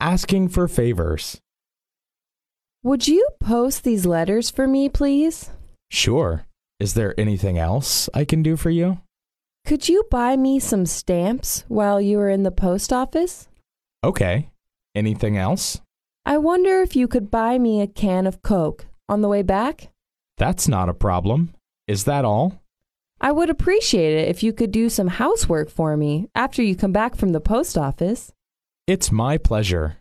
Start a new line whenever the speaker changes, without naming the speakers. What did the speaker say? asking for favors.
Would you post these letters for me, please?
Sure. Is there anything else I can do for you?
Could you buy me some stamps while you are in the post office?
Okay. Anything else?
I wonder if you could buy me a can of Coke on the way back?
That's not a problem. Is that all?
I would appreciate it if you could do some housework for me after you come back from the post office.
It's my pleasure.